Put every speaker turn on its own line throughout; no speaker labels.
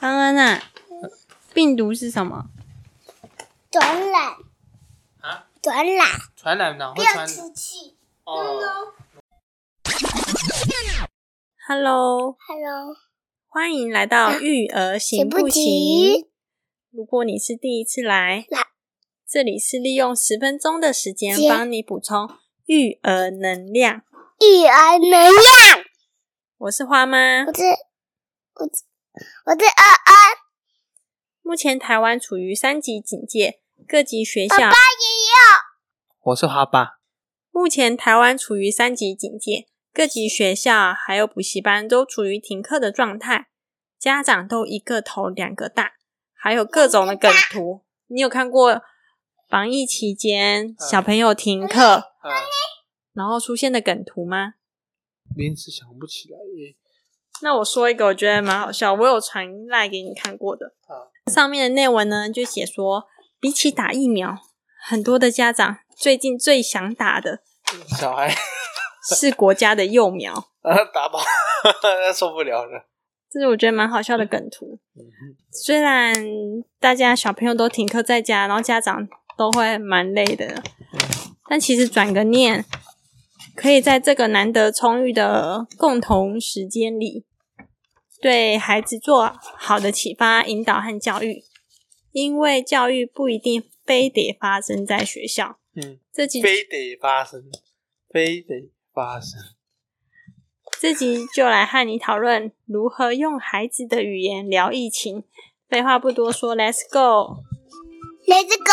安安啊，病毒是什么？
转染
啊，
转染
传染的会
要
传
出去。
哦。
Hello，
Hello，
欢迎来到育儿行
不
行？
及
如果你是第一次来
来，
这里是利用十分钟的时间
接
帮你补充育儿能量。
育儿能量，
我是花妈
我，是我是我是二二
目前台湾处于三级警戒，各级学校
我是花爸，
目前台湾处于三级警戒，各级学校还有补习班都处于停课的状态，家长都一个头两个大，还有各种的梗图。你有看过防疫期间小朋友停课，
呃，
然后出现的梗图吗？
临时想不起来耶。
那我说一个我觉得蛮好笑，我有传赖给你看过的。
好
上面的内文呢就写说，比起打疫苗，很多的家长最近最想打的
小孩
是国家的幼苗。
啊，打饱， 受不了了。
这是我觉得蛮好笑的梗图。
嗯
虽然大家小朋友都停课在家，然后家长都会蛮累的，但其实转个念，可以在这个难得充裕的共同时间里，对孩子做好的启发、引导和教育。因为教育不一定非得发生在学校，
嗯，
这集
非得发生，非得发生。
这集就来和你讨论如何用孩子的语言聊疫情。废话不多说，Let's go。
那只狗。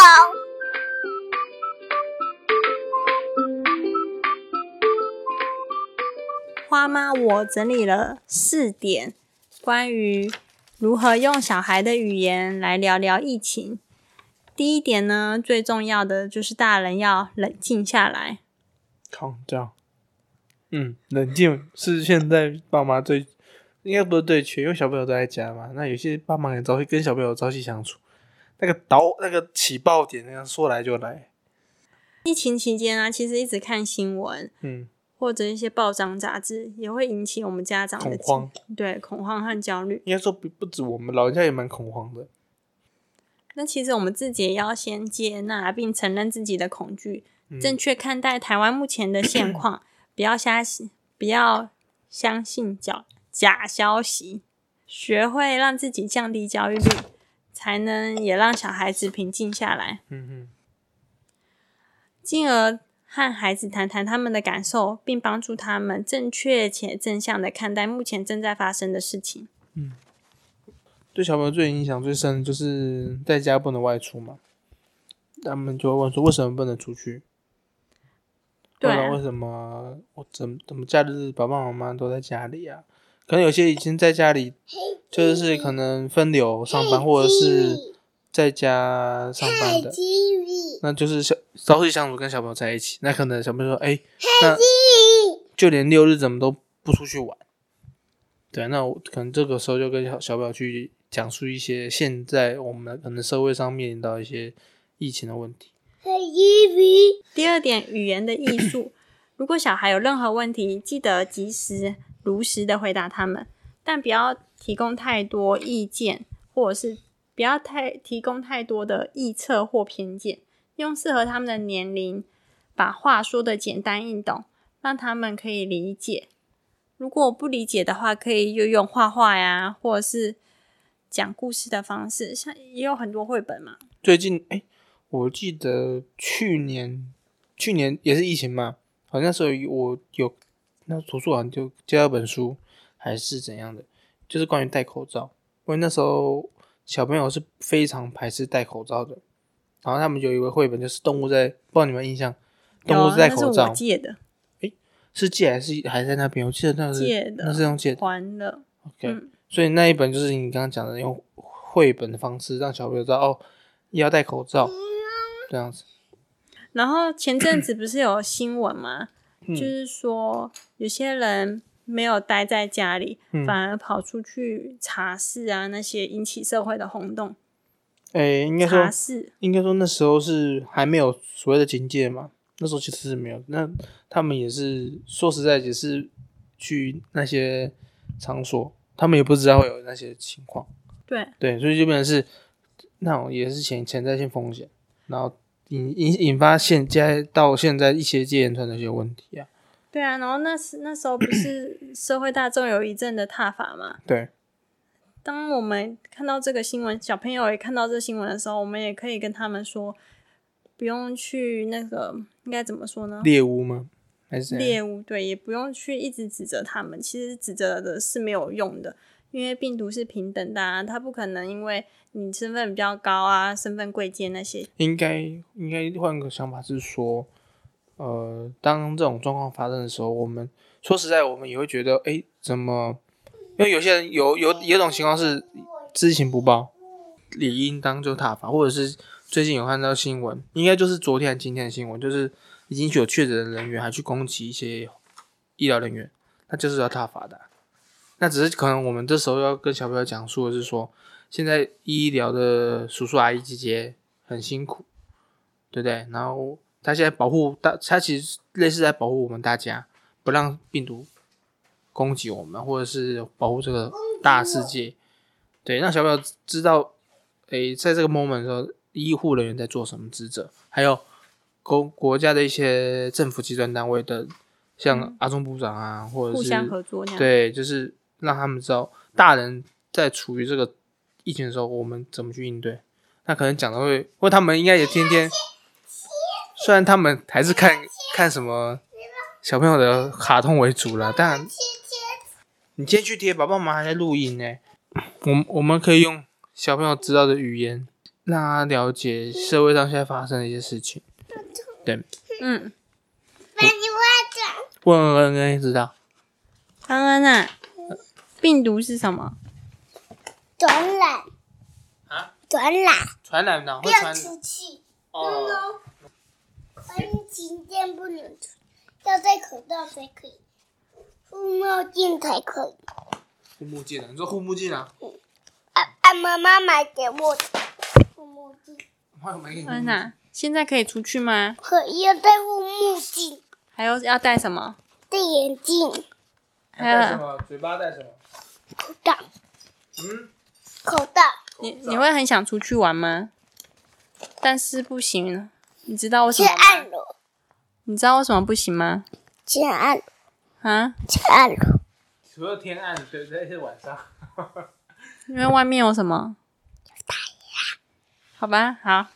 花妈，我整理了四点关于如何用小孩的语言来聊聊疫情。第一点呢，最重要的就是大人要冷静下来。
calm down。嗯，冷静是现在爸妈最应该不是最缺，因为小朋友都在家嘛。那有些爸妈也早会跟小朋友朝夕相处，那个导那个起爆点，那样说来就来。
疫情期间啊，其实一直看新闻
嗯，
或者一些报章杂志，也会引起我们家长的
恐慌，
紧，对恐慌和焦虑。
应该说不不止我们老人家也蛮恐慌的。
那其实我们自己也要先接纳并承认自己的恐惧，
嗯
正确看待台湾目前的现况，不要相信，不要相信假假消息，学会让自己降低焦虑率，才能也让小孩子平静下来，
嗯嗯，
进而和孩子谈谈他们的感受，并帮助他们正确且正向的看待目前正在发生的事情。
对小朋友最影响最深的就是在家不能外出嘛。他们就会问说为什么不能出去？
对啊
不然为什么我怎怎么假日爸爸妈妈都在家里啊？可能有些已经在家里，就是可能分流上班，或者是在家上班的，
鸡鱼，
那就是小朝夕相处跟小朋友在一起。那可能小朋友说，哎、那就连六日怎么都不出去玩。对啊，那我可能这个时候就跟小小朋友去讲述一些现在我们可能社会上面临到一些疫情的问题。
黑鸡鱼，
第二点，语言的艺术。 如果小孩有任何问题，记得及时、如实的回答他们，但不要提供太多意见，或者是不要太提供太多的臆测或偏见，用适合他们的年龄，把话说的简单易懂，让他们可以理解。如果不理解的话，可以就用画画呀，或者是讲故事的方式，像也有很多绘本嘛。
最近哎、我记得去年去年也是疫情嘛，好像那时候有我有那图书馆就借到本书还是怎样的，就是关于戴口罩，因为那时候小朋友是非常排斥戴口罩的。然后他们有一个绘本，就是动物在，不知道你们印象，动物
有啊
戴
那是
口罩，
我借的，
是借还是还在那边？我记得那个是
借的
那是用借的。
还了。
OK，、
嗯
所以那一本就是你刚刚讲的，用绘本的方式让小朋友知道哦，要戴口罩，这样子。
然后前阵子不是有新闻吗？
嗯
就是说有些人没有待在家里，
嗯
反而跑出去茶室啊，那些引起社会的轰动。
诶、应该说
茶室
应该说那时候是还没有所谓的警戒嘛，那时候其实是没有。那他们也是说实在也是去那些场所，他们也不知道会有那些情况。
对，
对，所以就变成是那种也是潜潜在性风险，然后引引引发现在到现在一些戒严传的一些问题啊。
对啊，然后那时那时候不是社会大众有一阵的踏法嘛？
对，
当我们看到这个新闻，小朋友也看到这新闻的时候，我们也可以跟他们说，不用去那个应该怎么说呢？
猎巫吗？还是怎样
猎物对，也不用去一直指责他们，其实指责的是没有用的，因为病毒是平等的、啊，它不可能因为你身份比较高啊、身份贵贱那些，
应该应该换个想法是说，呃，当这种状况发生的时候，我们说实在，我们也会觉得，哎、怎么？因为有些人有有有一种情况是知情不报，理应当就踏法，或者是最近有看到新闻，应该就是昨天还今天的新闻，就是已经有确诊的人员还去攻击一些医疗人员，那就是要踏法的啊。那只是可能我们这时候要跟小朋友讲述的是说，现在医疗的叔叔阿姨姐姐很辛苦，对不对？然后他现在保护大，他其实类似在保护我们大家，不让病毒攻击我们，或者是保护这个大世界。对，让小朋友知道，诶，在这个 moment 的时候，医护人员在做什么职责，还有国国家的一些政府集团单位的，像阿中部长啊，或者
嗯
是
互相合作那样。
对，就是让他们知道大人在处于这个疫情的时候，我们怎么去应对。那可能讲的会，或他们应该也天天，虽然他们还是看看什么小朋友的卡通为主了，但你今天去贴，爸爸妈妈还在录影呢。我我们可以用小朋友知道的语言，让他了解社会上现在发生的一些事情。对，
嗯，
把你挖走。
问恩恩知道，
安安啊，病毒是什么？
转染
啊，
转染，
传染的会
不要出去。
哦。
安静店不能出，要戴口罩才可以，护目镜才可以。
护目镜啊，你说护目镜啊？
啊啊！妈妈买给我的护目镜，
我有没给你护目
安
镜
安啊，现在可以出去吗？
可以要戴护目镜，
还有要带什么？
戴眼镜，
还有
么？嘴巴带什么？
口罩，
嗯，
口罩。
你你会很想出去玩吗？但是不行，你知道为什
去
么
按
吗？
钮，
你知道为什么不行吗？
去按钮，
啊，
去按钮。
除了天暗，对对，是晚上。
因为外面有什么？好吧，好。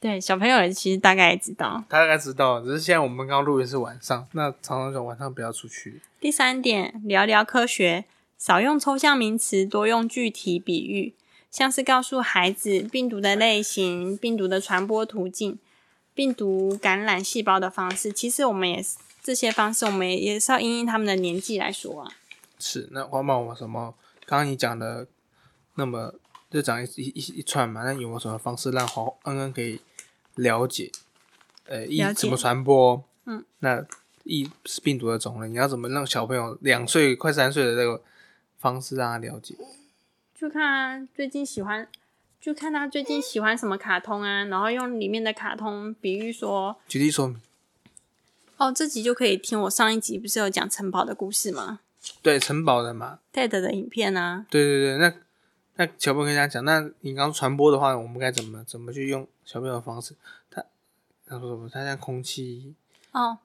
对，小朋友也其实大概也知道。
他大概知道，只是现在我们刚录的是晚上，那常常讲晚上不要出去。
第三点，聊聊科学，少用抽象名词，多用具体比喻，像是告诉孩子病毒的类型、病毒的传播途径、病毒感染细胞的方式。其实我们也是这些方式，我们也也是要因应他们的年纪来说啊。
是，那环保我什么？刚刚你讲的，那么就讲一一一一串嘛，那有没有什么方式让黄恩恩可以了解？呃，一
了解
怎么传播？
嗯，
那一是病毒的种类，你要怎么让小朋友两岁快三岁的这个方式让他了解？
就看啊，最近喜欢，就看他最近喜欢什么卡通啊，然后用里面的卡通比喻说，
举例说明。
哦，这集就可以听我上一集不是有讲城堡的故事吗
对城堡的嘛，
？TED 的影片啊，
对对对，那那小朋友跟他讲，那你刚传播的话，我们该怎么怎么去用小朋友的方式？他他说什么？他像空气，
哦，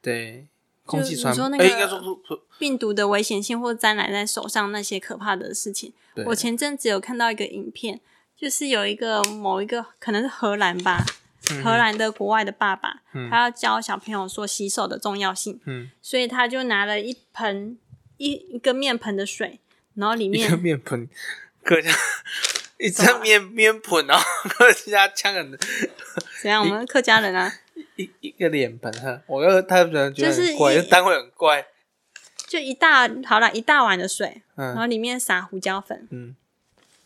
对，
空气传
你说
播，
那
哎
个
应该说说说，
病毒的危险性或沾染在手上那些可怕的事情。
对，
我前阵子有看到一个影片，就是有一个某一个可能是荷兰吧，
嗯
荷，兰的国外的爸爸，
嗯
他要教小朋友说洗手的重要性，
嗯，
所以他就拿了一盆一一个面盆的水，然后里
一个
面
面盆，各家一张面面盆，然后 各家呛很
怎样？我们客家人啊，
一一个脸盆哈，我又他可能觉得
就是
很怪，
一
就单位很怪，
就一大好了，一大碗的水，然后
嗯
里面撒胡椒粉，
嗯，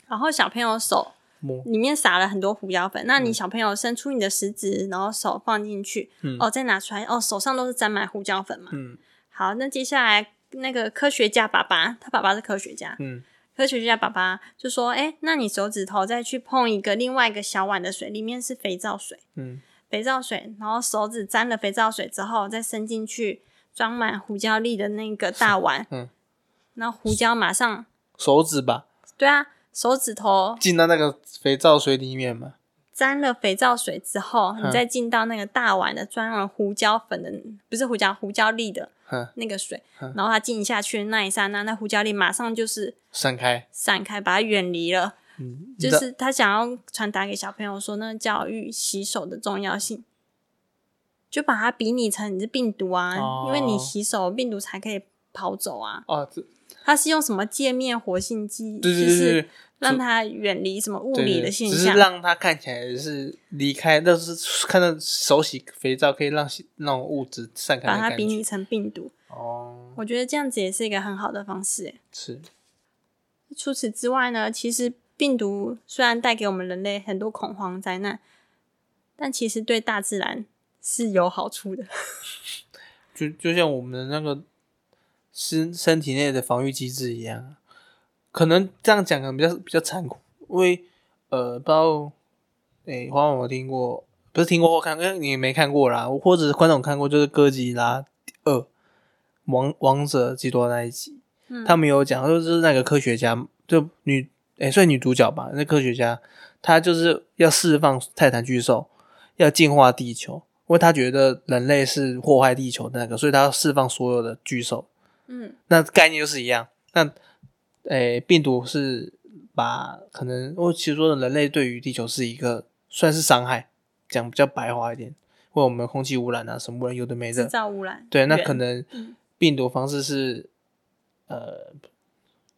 然后小朋友手
摸
里面撒了很多胡椒粉，那你
嗯
小朋友伸出你的食指，然后手放进去，
嗯
哦，再拿出来，哦，手上都是沾满胡椒粉嘛。
嗯
好，那接下来那个科学家爸爸，他爸爸是科学家，
嗯
科学家爸爸就说：“哎，那你手指头再去碰一个另外一个小碗的水，里面是肥皂水，
嗯
肥皂水，然后手指沾了肥皂水之后，再伸进去装满胡椒粒的那个大碗，
嗯，
那胡椒马上
手指吧，
对啊，手指头
进到那个肥皂水里面嘛，
沾了肥皂水之后，
嗯
你再进到那个大碗的装了胡椒粉的，不是胡椒胡椒粒的
哼，
那个水，
嗯
然后它进下去的那一刹那，那胡椒粒马上就是
散开，
散开，把它远离了。
嗯，
就
你知道
是他想要传达给小朋友说，那教育洗手的重要性，就把它比拟成你是病毒啊，
哦
因为你洗手，病毒才可以跑走啊。
哦，这
它是用什么界面活性剂，
对对
就
对对
是
对
让它远离什么物
对
理
对
的现
只是
象。
让它看起来是离开，但是看到手洗肥皂可以让洗那种物质散开
把
的
它
感
比拟
觉。
成病毒，
哦，
我觉得这样子也是一个很好的方式欸。
是，
除此之外呢，其实病毒虽然带给我们人类很多恐慌灾难，但其实对大自然是有好处 的。
就就像我们的那个身身体内的防御机制一样，啊可能这样讲可能比较比较残酷，因为呃，不知道诶、花花有没有听过，不是听过或看，因为你没看过啦，或者是观众看过，就是哥吉拉二王王者基多那一集，
嗯
他们有讲，就是那个科学家，就女诶、算女主角吧，那科学家她就是要释放泰坦巨兽，要净化地球，因为她觉得人类是祸害地球的那个，所以她要释放所有的巨兽。
嗯
那概念就是一样。那诶、病毒是把可能我其实说人类对于地球是一个算是伤害，讲比较白话一点，为我们空气污染啊什么污染有的没
制
的，
造污染，
对，那
源
可能
嗯
病毒方式是呃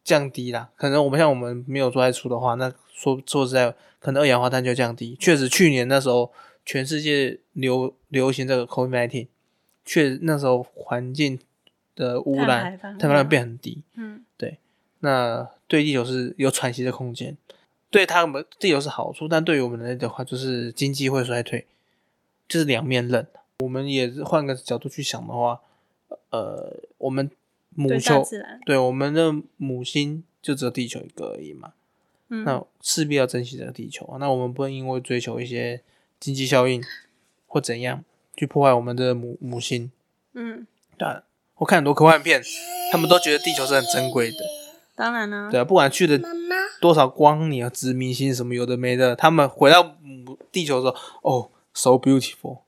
降低啦。可能我们像我们没有做外出的话，那说说实在，可能二氧化碳就降低。确实，去年那时候全世界流流行这个 COVID-19，确实那时候环境的污
碳
染
排放
碳排
量
量变很低。
嗯
那对地球是有喘息的空间，对它们地球是好处，但对于我们人类的话，就是经济会衰退，就是两面刃。啊我们也是换个角度去想的话，呃，我们母
对大
球，
自然，
对我们的母星就只有地球一个而已嘛，
嗯，
那势必要珍惜这个地球啊。那我们不能因为追求一些经济效应或怎样去破坏我们的母母星。
嗯，
对啊、我看很多科幻片，他们都觉得地球是很珍贵的，
当然啦、
对啊，不管去的
妈妈，
多少光年、殖民星什么有的没的，他们回到母地球的时候，哦，so beautiful。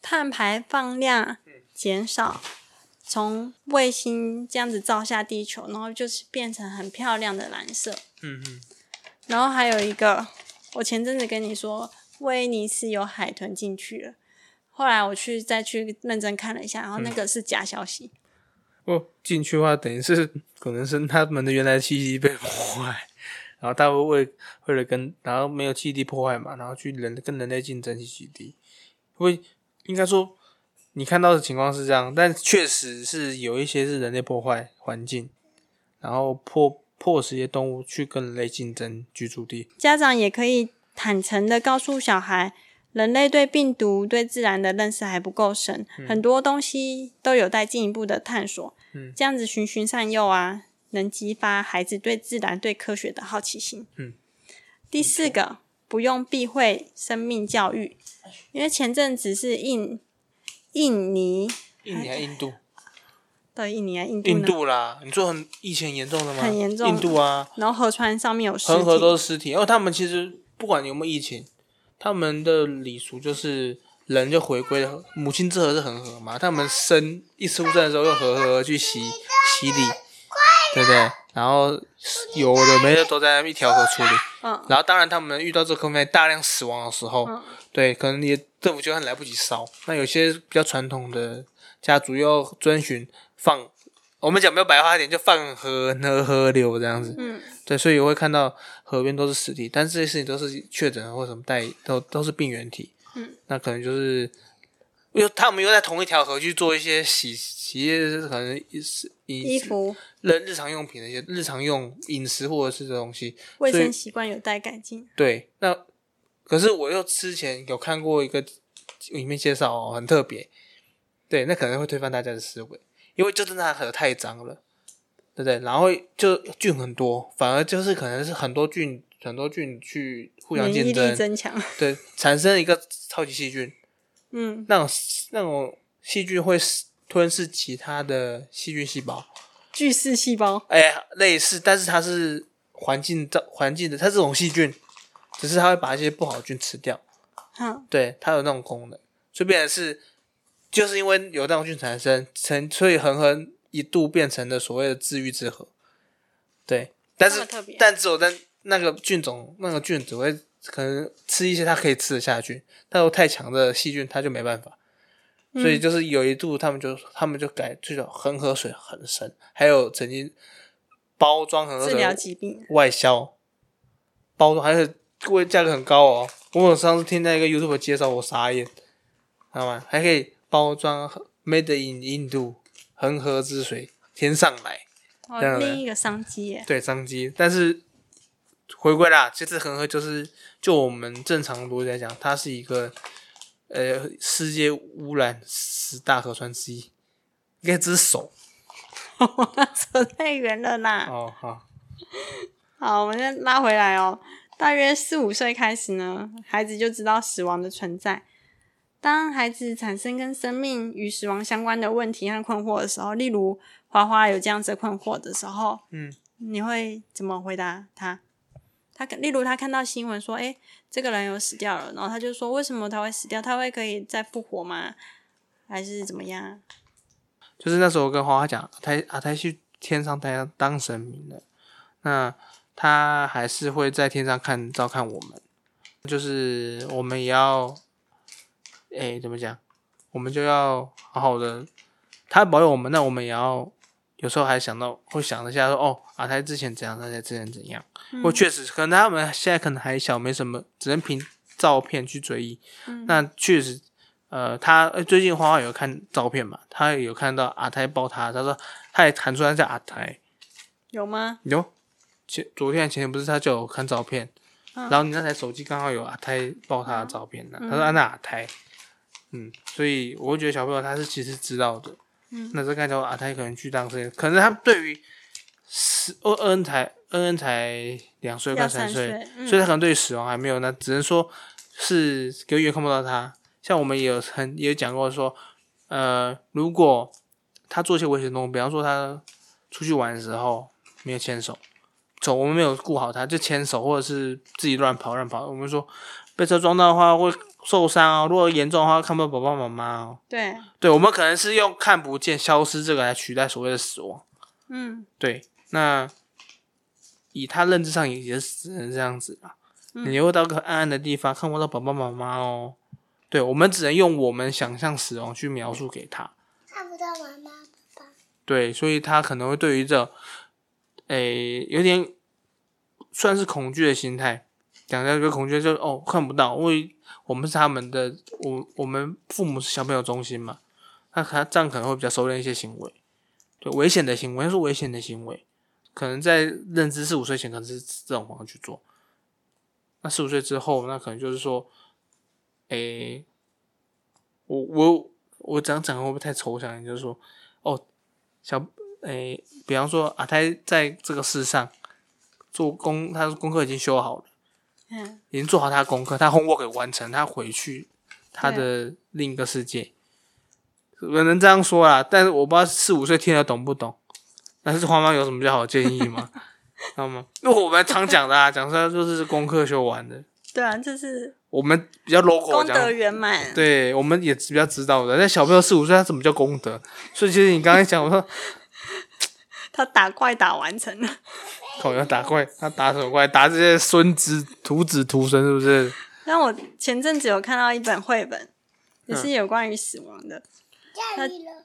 碳排放量减少，从卫星这样子照下地球，然后就是变成很漂亮的蓝色。
嗯嗯，
然后还有一个，我前阵子跟你说，威尼斯有海豚进去了。后来我去再去认真看了一下，然后那个是假消息，
哦，进去的话，等于是可能是他们的原来栖息被破坏，然后他们为为了跟然后没有栖地破坏嘛，然后去人跟人类竞争栖地，会应该说你看到的情况是这样，但确实是有一些是人类破坏环境，然后迫迫使一些动物去跟人类竞争居住地。
家长也可以坦诚的告诉小孩，人类对病毒、对自然的认识还不够深，很多东西都有待进一步的探索。
嗯
这样子循循善诱啊，能激发孩子对自然、对科学的好奇心。
嗯，
第四个，不用避讳生命教育，因为前阵子是印印尼
印尼还印度？
的印尼啊，印度呢
印度啦，你说很疫情严重的吗？
很严重
印度啊，
然后河川上面有尸体，
恒河都是尸体，因为他们其实不管有没有疫情，他们的礼俗就是人就回归了母亲之河是恒河嘛，他们生一出生的时候用恒河去洗洗礼，对不对？然后有的没的都在一条河处理，
嗯
然后当然他们遇到这个 COVID 大量死亡的时候，
嗯
对，可能也政府就很来不及烧。那有些比较传统的家族要遵循放，我们讲比较白话一点，就放河河河流这样子。
嗯，
对，所以我会看到河边都是尸体，但这些事情都是确诊或什么带都都是病原体。
嗯，
那可能就是又他们又在同一条河去做一些洗洗一些可能一是
衣
衣
服、
人日常用品的一些日常用饮食或者是这东西，
卫
所以
生习惯有待改进。
对，那可是我又之前有看过一个里面介绍、哦，很特别，对，那可能会推翻大家的思维，因为就真的它河太脏了，对不对？然后就菌很多，反而就是可能是很多菌很多菌去互相
免
竞
疫力
争，
增强，
对，产生一个超级细菌，
嗯，
那种那种细菌会吞噬其他的细菌细胞。
巨噬细胞，
哎、类似，但是它是环境造环境的，它是种细菌，只是它会把一些不好的菌吃掉。
哼，
对，它有那种功能，所以变成是，就是因为有那种菌产生，成所以恒恒一度变成了所谓的治愈之河。对，但
这
是
么特别
但只有在那个菌种，那个菌只会可能吃一些它可以吃得下去，但有太强的细菌它就没办法。
嗯
所以就是有一度他们就他们就改这种恒河水很深，还有曾经包装恒
嗯
河
治
水
疗疾病，
外销，包装还是贵，价格很高哦。我上次听到一个 YouTube 介绍，我傻眼，知道吗？还可以包装 Made in 印度恒河之水天上来，
哦
这样，的
另一个商机耶，
对商机。但是回归啦，这次恒河就是就我们正常逻辑来讲，它是一个呃世界污染十大河川之一，应该只是首
扯太远了啦。
哦。好，
好，我们再拉回来哦。大约四五岁开始呢，孩子就知道死亡的存在。当孩子产生跟生命与死亡相关的问题和困惑的时候，例如花花有这样子的困惑的时候，
嗯，
你会怎么回答他？他可例如他看到新闻说，诶，这个人有死掉了，然后他就说，为什么他会死掉？他会可以再复活吗？还是怎么样啊？
就是那时候我跟花花讲，阿泰阿泰去天上当当神明了，那他还是会在天上看照看我们，就是我们也要，哎、怎么讲？我们就要好好的，他保佑我们，那我们也要有时候还想到会想一下说，哦，阿泰之前怎样，阿泰之前怎样，
嗯
我确实可能他们现在可能还小，没什么，只能凭照片去追忆。
嗯
那确实，呃，他呃最近花花有看照片嘛，他有看到阿泰抱他，他说他也喊出来叫阿泰，
有吗？
有前昨天前天不是他就有看照片，
嗯
然后你那台手机刚好有阿泰抱他的照片呢、他说啊那阿泰，嗯，所以我会觉得小朋友他是其实知道的，
嗯
那这看到阿泰可能去当时，可能他对于十二二恩才二恩才两岁快
要
三
三
岁，
岁，嗯
所以他可能对死亡还没有那，只能说是远远看不到他。像我们也有很也有讲过说，呃，如果他做一些危险的动作，比方说他出去玩的时候没有牵手，走我们没有顾好他，就牵手或者是自己乱跑乱跑，我们说被车撞到的话会受伤哦，如果严重的话看不到爸爸妈妈哦。
对，
对，我们可能是用看不见、消失这个来取代所谓的死亡。
嗯
对，那以他认知上也也是只能这样子啦。
嗯
你又到个暗暗的地方，看不到爸爸妈妈哦。对，我们只能用我们想象死亡去描述给他。
看不到妈妈爸爸，
对，所以他可能会对于这，诶、有点算是恐惧的心态。讲到一个恐惧就是哦，看不到，因为我们是他们的，我我们父母是小朋友中心嘛，那他这样可能会比较收敛一些行为，对危险的行为，那是危险的行为，可能在认知四五岁前可能是这种方式去做，那四五岁之后，那可能就是说，诶、我我我讲讲会不会太抽象？就是说，哦，小诶、比方说阿泰在这个世上做功，他的功课已经修好了，
嗯
已经做好他的功课，他 homework 也完成，他回去他的另一个世界。可能这样说啦，但是我不知道四五岁听得懂不懂。但是花妈有什么比较好的建议吗？ 知道吗？因为我们常讲的啊，讲说就是功课修完的，
对啊，这是
我们比较 local
功
讲
德圆满。
对，我们也比较知道的。但小朋友四五岁，他怎么叫功德？所以其实你刚才讲，我说
他打怪打完成了，
口要打怪，他打什么怪？打这些孙子、徒子、徒孙，是不是？
但我前阵子有看到一本绘本，也是有关于死亡的。
下雨了，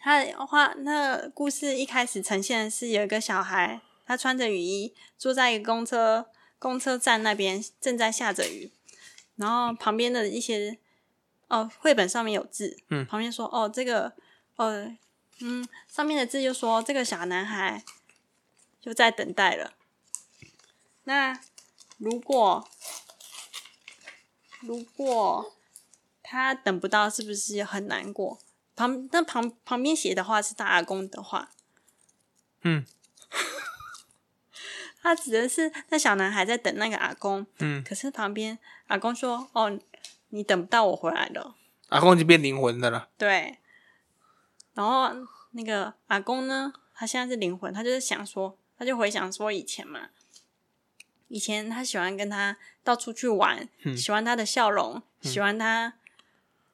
它的话，那个故事一开始呈现的是有一个小孩，他穿着雨衣坐在一个公车公车站那边，正在下着雨，然后旁边的一些哦，绘本上面有字，
嗯
旁边说哦这个哦嗯，上面的字就说这个小男孩就在等待了。那如果如果他等不到，是不是很难过？旁那旁旁边写的话是他阿公的话，
嗯
他指的是那小男孩在等那个阿公，
嗯，
可是旁边阿公说：“哦，你等不到我回来了。
阿公已经变灵魂的了。”
对，然后那个阿公呢，他现在是灵魂，他就是想说，他就回想说以前嘛，以前他喜欢跟他到处去玩，
嗯
喜欢他的笑容，喜欢他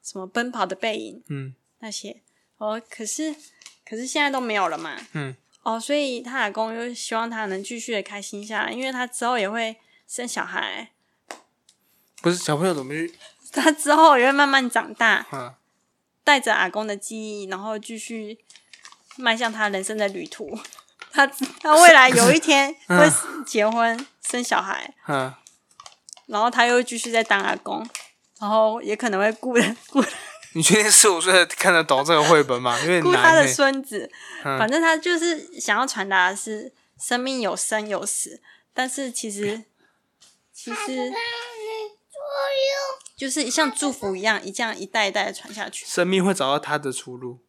什么奔跑的背影
嗯
那些。哦，可是可是现在都没有了嘛。
嗯
哦，所以他阿公又希望他能继续的开心下来，因为他之后也会生小孩，
不是小朋友怎么去
他之后也会慢慢长大，
啊？
带着阿公的记忆，然后继续迈向他人生的旅途。他他未来有一天
嗯
会结婚、生小孩，
啊，
然后他又继续在当阿公，然后也可能会顾 顾
你确定四五岁的看得懂这个绘本吗？有点
顾他
难
的
欸
孙子。
嗯
反正他就是想要传达的是生命有生有死，但是其实其实。
作
就是像祝福一样，一这样一代一代的传下去。
生命会找到它的出路。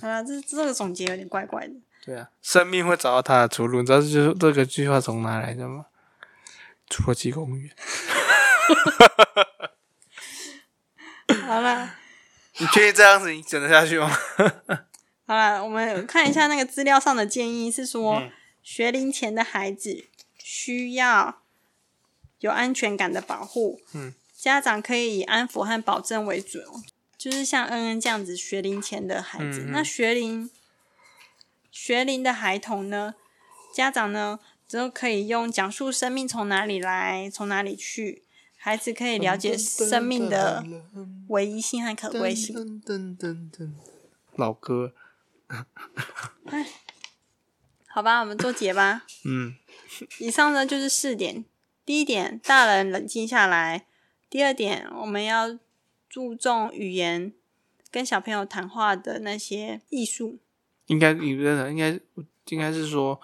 啊，这这个总结有点怪怪的。
对啊，生命会找到它的出路。你知道这就是这个句话从哪来的吗？侏罗纪公园。
好了
你确定这样子你整得下去吗？
好了，我们看一下那个资料上的建议是说，
嗯
学龄前的孩子需要有安全感的保护。
嗯，
家长可以以安抚和保证为准哦，就是像恩恩这样子学龄前的孩子。
嗯嗯
那学龄学龄的孩童呢，家长呢就可以用讲述生命从哪里来，从哪里去，孩子可以了
嗯
解生命的唯一性和可贵性。
噔噔噔噔。老歌，
好吧，我们做结吧。
嗯
以上呢就是四点。第一点，大人冷静下来；第二点，我们要注重语言跟小朋友谈话的那些艺术。
应该你不的，应该应该是说，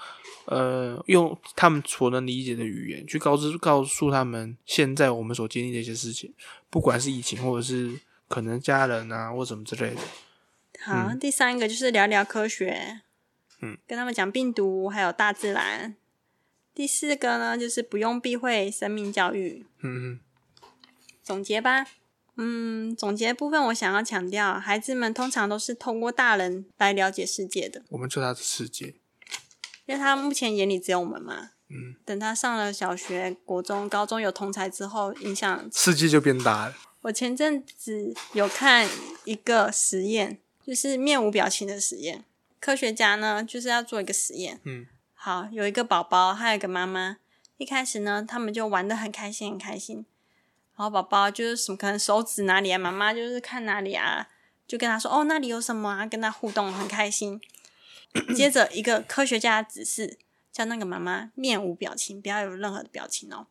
呃，用他们所能理解的语言去告知告诉他们现在我们所经历的一些事情，不管是疫情或者是可能家人啊或什么之类的。
好，第三个就是聊聊科学，
嗯，
跟他们讲病毒，还有大自然。第四个呢，就是不用避讳生命教育。
嗯嗯
总结吧。嗯，总结部分我想要强调，孩子们通常都是通过大人来了解世界的，
我们就他的世界。
因为他目前眼里只有我们嘛。
嗯，
等他上了小学、国中、高中有同才之后，影响
世界就变大了。
我前阵子有看一个实验，就是面无表情的实验。科学家呢，就是要做一个实验。
嗯
好，有一个宝宝，还有一个妈妈。一开始呢，他们就玩的很开心，很开心。然后宝宝就是什么，可能手指哪里啊，妈妈就是看哪里啊，就跟他说：“哦，那里有什么啊？”跟他互动，很开心。接着，一个科学家指示叫那个妈妈面无表情，不要有任何的表情哦。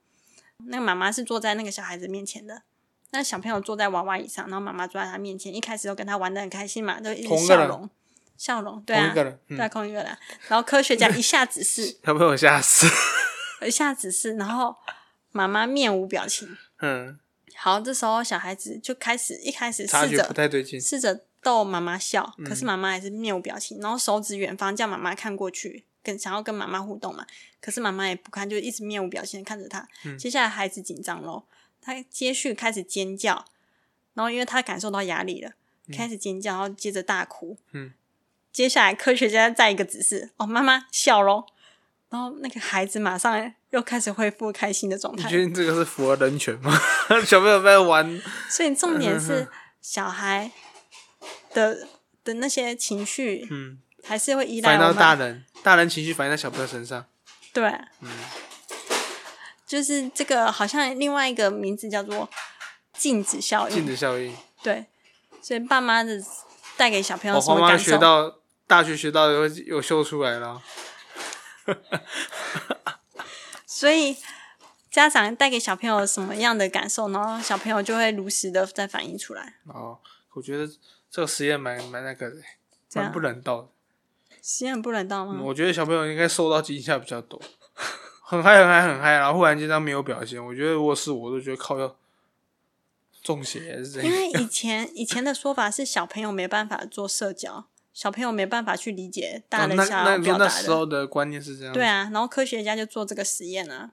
那个妈妈是坐在那个小孩子面前的，那小朋友坐在娃娃椅上，然后妈妈坐在他面前。一开始都跟他玩的很开心嘛，都一
同
直
一个
笑
人
容，笑容，对啊，
同一个人嗯
对啊，空一个人。然后科学家一下指 示，
他被我吓死。
一下指示，然后妈妈面无表情。
嗯，
好，这时候小孩子就开始一开始
察
试
觉不
着
太对劲。
试着逗妈妈笑，
嗯
可是妈妈还是面无表情，然后手指远方叫妈妈看过去，跟想要跟妈妈互动嘛，可是妈妈也不看，就一直面无表情的看着他。
嗯
接下来孩子紧张咯，他接续开始尖叫，然后因为他感受到压力了，开始尖叫，然后接着大哭。
嗯，
接下来科学家再一个指示，哦，妈妈笑咯，然后那个孩子马上又开始恢复开心的状
你
态。
确定这个是符合人权吗？ 小朋友在玩，
所以重点
嗯
是小孩的的那些情绪，
嗯，
还是会依赖
反映
我
到
们。
大嗯人，大人情绪反映在小朋友身上。
对，就是这个好像另外一个名字叫做禁止效
禁
应。
止效应。
对，所以爸妈的带给小朋友
我
什
花
么
妈
感
学
受？
到大学学到有有秀出来了。
所以家长带给小朋友什么样的感受，然后小朋友就会如实的再反映出来。
哦，我觉得这个实验蛮蛮那个的，
这样嗯
蛮不人道的。
实验不人道吗？
嗯我觉得小朋友应该受到惊吓比较多，很嗨很嗨很嗨，然后忽然间他没有表现，我觉得如果是我，我都觉得靠要中邪还是怎
因
样。
为以前以前的说法是小朋友没办法做社交，小朋友没办法去理解大
哦
人
那
想
那
要
你说
表
那
达
时
的。
候嗯的观念是这样。
对。啊，然后科学家就做这个实验啊。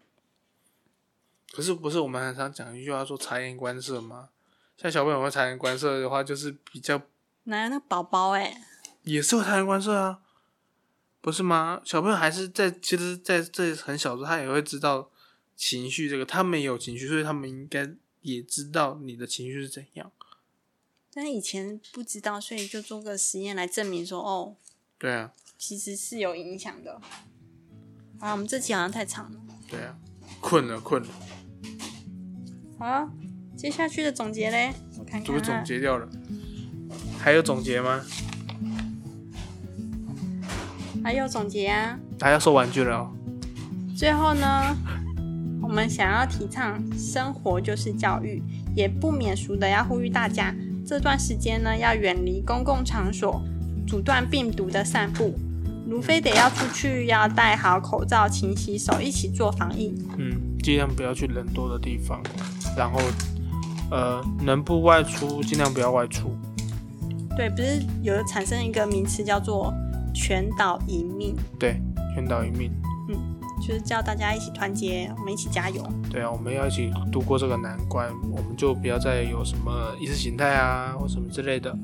可是不是我们很常讲一句话说察言观色吗？像小朋友会察言观色的话，就是比较
哪有那个宝宝哎？
也是有察言观色啊，不是吗？小朋友还是在，其实在这很小的时候，他也会知道情绪这个，他们也有情绪，所以他们应该也知道你的情绪是怎样。
但是以前不知道，所以就做个实验来证明说，哦，
对啊，
其实是有影响的。啊，我们这期好像太长了。
对啊，困了困了，
好啊，接下去的总结嘞，我看看、啊。
怎么总？结掉了？还有总结吗？
还有总结啊。
还要收玩具了哦。
最后呢，我们想要提倡生活就是教育，也不免俗的要呼吁大家，这段时间呢要远离公共场所，阻断病毒的散布。如非得要出去，要戴好口罩、勤洗手，一起做防疫。
嗯，尽量不要去人多的地方，然后呃，能不外出尽量不要外出。
对，不是有产生一个名词叫做“全岛一命
对，全岛一命。”，
就是叫大家一起团结，我们一起加油。
对啊，我们要一起度过这个难关，我们就不要再有什么意识形态啊或什么之类的，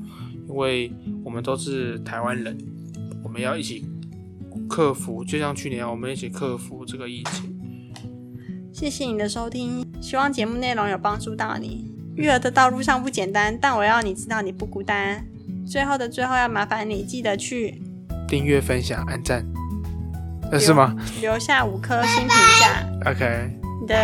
因为我们都是台湾人，我们要一起克服，就像去年啊我们一起克服这个疫情。
谢谢你的收听，希望节目内容有帮助到你。育儿的道路上不简单，但我要你知道你不孤单。最后的最后，要麻烦你记得去
订阅、分享、按赞，那、是吗
留下五颗星评价。
？OK，
你的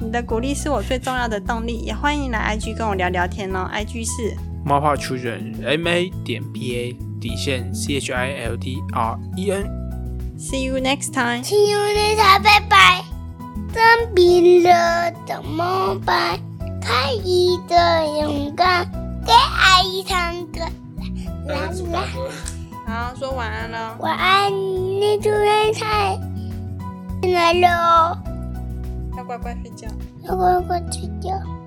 你的鼓励是我最重要的动力，也欢迎来 IG 跟我聊聊天哦。IG 是
猫泡 children M A 点 P A 底线 C H I L D R E N。
See you next time。
亲友那台拜拜，当兵了怎么办？看一的勇敢，给阿姨唱歌，啦啦啦，
好，说晚安喽。
我爱你，那主人太进来了哦，
要乖乖睡觉。
要乖乖睡觉。